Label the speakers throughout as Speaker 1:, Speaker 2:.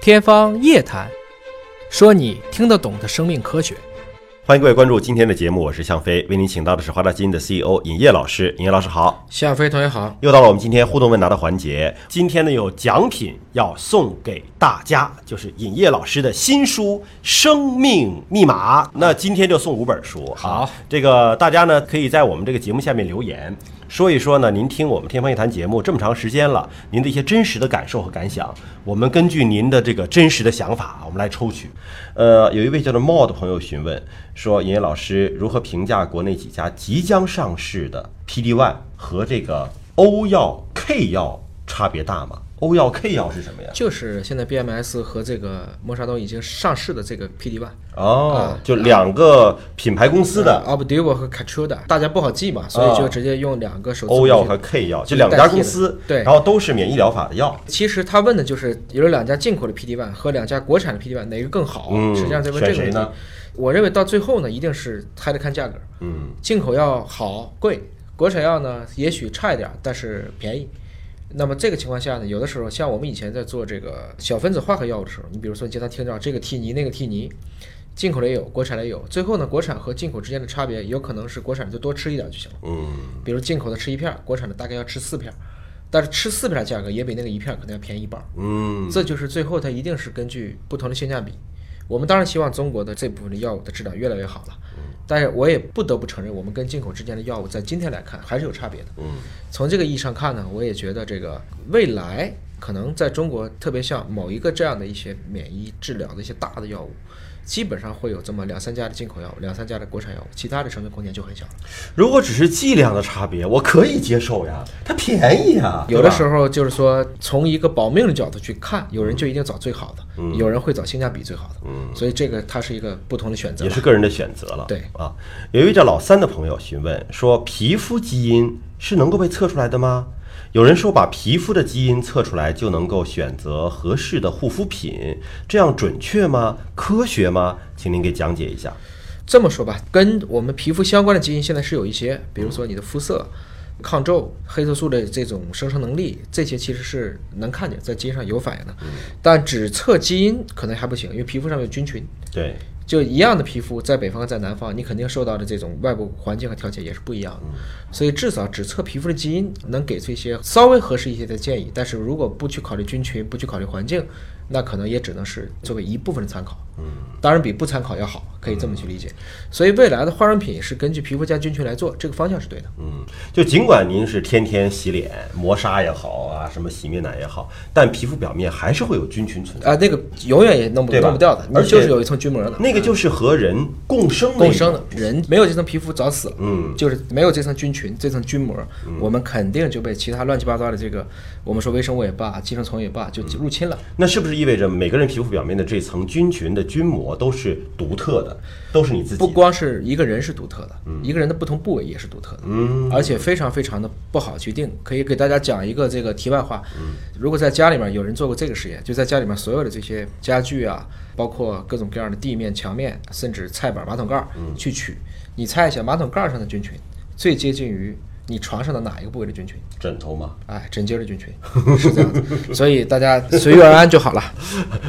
Speaker 1: 天方夜谭，说你听得懂的生命科学。
Speaker 2: 欢迎各位关注今天的节目，我是向飞，为您请到的是华大基因的 CEO 尹烨老师。尹烨老师好，
Speaker 3: 向飞同学好。
Speaker 2: 又到了我们今天互动问答的环节。
Speaker 4: 今天呢有奖品要送给大家，就是尹烨老师的新书《生命密码》。那今天就送五本书。
Speaker 3: 好，
Speaker 4: 这个大家呢可以在我们这个节目下面留言，说一说呢您听我们《天方夜谭》节目这么长时间了，您的一些真实的感受和感想。我们根据您的这个真实的想法，我们来抽取。
Speaker 2: 呃，有一位叫做茂的朋友询问说，尹烨老师如何评价国内几家即将上市的 PD One 和这个欧药 K 药差别大吗？欧药 K 药是什么呀？
Speaker 3: 就是现在 BMS 和这个默沙东已经上市的这个 PD One
Speaker 2: 哦，就两个品牌公司的
Speaker 3: a b d u v o 和 Keytruda，大家不好记嘛，
Speaker 2: 啊
Speaker 3: 所以就直接用两个首字母
Speaker 2: 欧
Speaker 3: 去
Speaker 2: 药和 K 药，就两家公司，
Speaker 3: 对
Speaker 2: 然后都是免疫疗法的药。
Speaker 3: 其实他问的就是有两家进口的 PD One 和两家国产的 PD One 哪个更好，
Speaker 2: 嗯
Speaker 3: 实际上在问这个
Speaker 2: 选
Speaker 3: 问题
Speaker 2: 谁呢。
Speaker 3: 我认为到最后呢，一定是还得看价格。
Speaker 2: 嗯，
Speaker 3: 进口药好贵，国产药呢也许差一点儿，但是便宜。那么这个情况下呢，有的时候像我们以前在做这个小分子化合药的时候，你比如说你经常听到这个替尼那个替尼，进口的也有，国产的也有，最后呢，国产和进口之间的差别有可能是国产就多吃一点儿就行了。
Speaker 2: 嗯，
Speaker 3: 比如进口的吃一片儿，国产的大概要吃四片儿，但是吃四片儿的价格也比那个一片儿可能要便宜一半儿。
Speaker 2: 嗯，
Speaker 3: 这就是最后它一定是根据不同的性价比。我们当然希望中国的这部分的药物的质量越来越好了，但是我也不得不承认，我们跟进口之间的药物在今天来看还是有差别的。
Speaker 2: 嗯，
Speaker 3: 从这个意义上看呢，我也觉得这个未来可能在中国，特别像某一个这样的一些免疫治疗的一些大的药物，基本上会有这么两三家的进口药物，两三家的国产药物，其他的生存空间就很小了。
Speaker 2: 如果只是剂量的差别，我可以接受呀，它便宜呀。
Speaker 3: 有的
Speaker 2: 对吧
Speaker 3: 时候就是说，从一个保命的角度去看，有人就一定找最好的，
Speaker 2: 嗯
Speaker 3: 有人会找性价比最好的，所以这个它是一个不同的选择
Speaker 2: 也。是个人的选择了。
Speaker 3: 对
Speaker 2: 啊，有一位叫老三的朋友询问说，皮肤基因是能够被测出来的吗？有人说把皮肤的基因测出来就能够选择合适的护肤品，这样准确吗？科学吗？请您给讲解一下。
Speaker 3: 这么说吧，跟我们皮肤相关的基因现在是有一些，比如说你的肤色、
Speaker 2: 嗯
Speaker 3: 抗皱、黑色素的这种生成能力，这些其实是能看见在基因上有反应的，
Speaker 2: 嗯
Speaker 3: 但只测基因可能还不行，因为皮肤上面有菌群。
Speaker 2: 对，
Speaker 3: 就一样的皮肤，在北方和在南方，你肯定受到的这种外部环境和条件也是不一样的。
Speaker 2: 嗯
Speaker 3: 所以至少只测皮肤的基因，能给出一些稍微合适一些的建议。但是如果不去考虑菌群，不去考虑环境，那可能也只能是作为一部分的参考。嗯，当然比不参考要好，可以这么去理解。所以未来的化妆品是根据皮肤加菌群来做，这个方向是对的。
Speaker 2: 嗯，就尽管您是天天洗脸、磨砂也好啊，什么洗面奶也好，但皮肤表面还是会有菌群存在。
Speaker 3: 啊，那个永远也弄不
Speaker 2: 对吧
Speaker 3: 弄不掉的，
Speaker 2: 而
Speaker 3: 你
Speaker 2: 且
Speaker 3: 就是有一层菌膜的。
Speaker 2: 那个就是和人共生的一
Speaker 3: 共
Speaker 2: 种
Speaker 3: 生的人没有这层皮肤早死了，
Speaker 2: 嗯，
Speaker 3: 就是没有这层菌群、这层菌膜，我们肯定就被其他乱七八糟的这个，我们说微生物也罢、寄生虫也罢，
Speaker 2: 嗯
Speaker 3: 就入侵了。
Speaker 2: 那是不是意味着每个人皮肤表面的这层菌群的菌膜都是独特的，都是你自己的？
Speaker 3: 不光是一个人是独特的，一个人的不同部位也是独特的，嗯，而且非常非常的不好去定。可以给大家讲一个这个题外话，如果在家里面有人做过这个实验，就在家里面所有的这些家具啊，包括各种各样的地面、墙面，甚至菜板、马桶盖儿，去取，你猜一下马桶盖儿上的菌群最接近于你床上的哪一个部位的菌群？
Speaker 2: 枕头吗？
Speaker 3: 哎，枕巾儿的菌群是这样子，所以大家随遇而安就好了。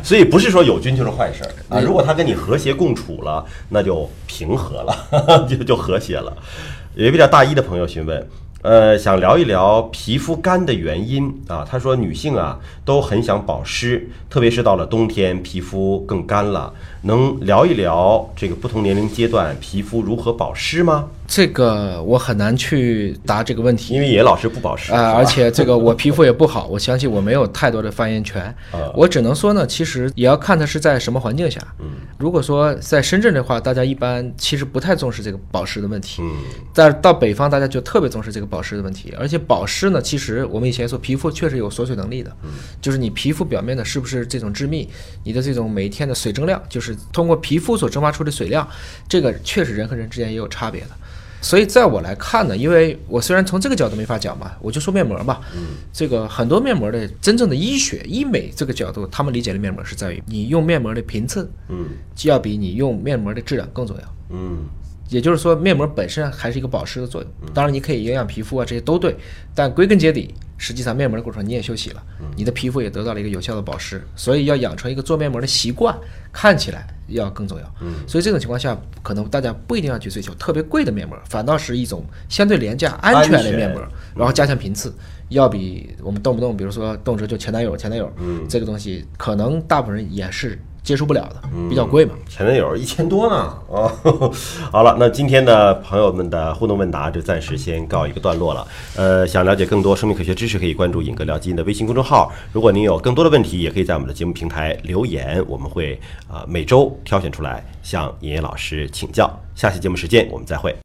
Speaker 2: 所以不是说有菌就是坏事儿啊。
Speaker 3: 嗯
Speaker 2: 如果它跟你和谐共处了，那就平和了， 就就和谐了。有一位叫大一的朋友询问，呃，想聊一聊皮肤干的原因啊。他说女性啊都很想保湿，特别是到了冬天，皮肤更干了。能聊一聊这个不同年龄阶段皮肤如何保湿吗？
Speaker 3: 这个我很难去答这个问题
Speaker 2: 因为野老师不保湿
Speaker 3: 啊、
Speaker 2: 是吧
Speaker 3: 而且这个我皮肤也不好，我相信我没有太多的发言权。
Speaker 2: 啊
Speaker 3: 我只能说呢，其实也要看它是在什么环境下。
Speaker 2: 嗯
Speaker 3: 如果说在深圳的话，大家一般其实不太重视这个保湿的问题。
Speaker 2: 嗯。
Speaker 3: 但是到北方，大家就特别重视这个保湿的问题。而且保湿呢，其实我们以前说皮肤确实有锁水能力的，就是你皮肤表面的是不是这种致密，你的这种每天的水蒸量，就是通过皮肤所蒸发出的水量，这个确实人和人之间也有差别的。所以在我来看呢，因为我虽然从这个角度没法讲嘛，我就说面膜吧。这个很多面膜的真正的医学医美这个角度，他们理解的面膜是在于你用面膜的频次，嗯，要比你用面膜的质量更重要。
Speaker 2: 嗯
Speaker 3: 也就是说，面膜本身还是一个保湿的作用。当然，你可以营养皮肤啊，这些都对，但归根结底，实际上面膜的过程你也休息了，你的皮肤也得到了一个有效的保湿，所以要养成一个做面膜的习惯，看起来要更重要。所以这种情况下，可能大家不一定要去追求特别贵的面膜，反倒是一种相对廉价、安全的面膜，然后加强频次。要比我们动不动，比如说动辄就前男友、前男友，这个东西可能大部分人也是接受不了的，比较贵嘛。
Speaker 2: 前男友一千多呢啊！ 好了，那今天的朋友们的互动问答就暂时先告一个段落了。呃，想了解更多生命科学知识，可以关注“尹哥聊基因”的微信公众号。如果您有更多的问题，也可以在我们的节目平台留言，我们会啊、呃每周挑选出来向尹烨老师请教。下期节目时间我们再会。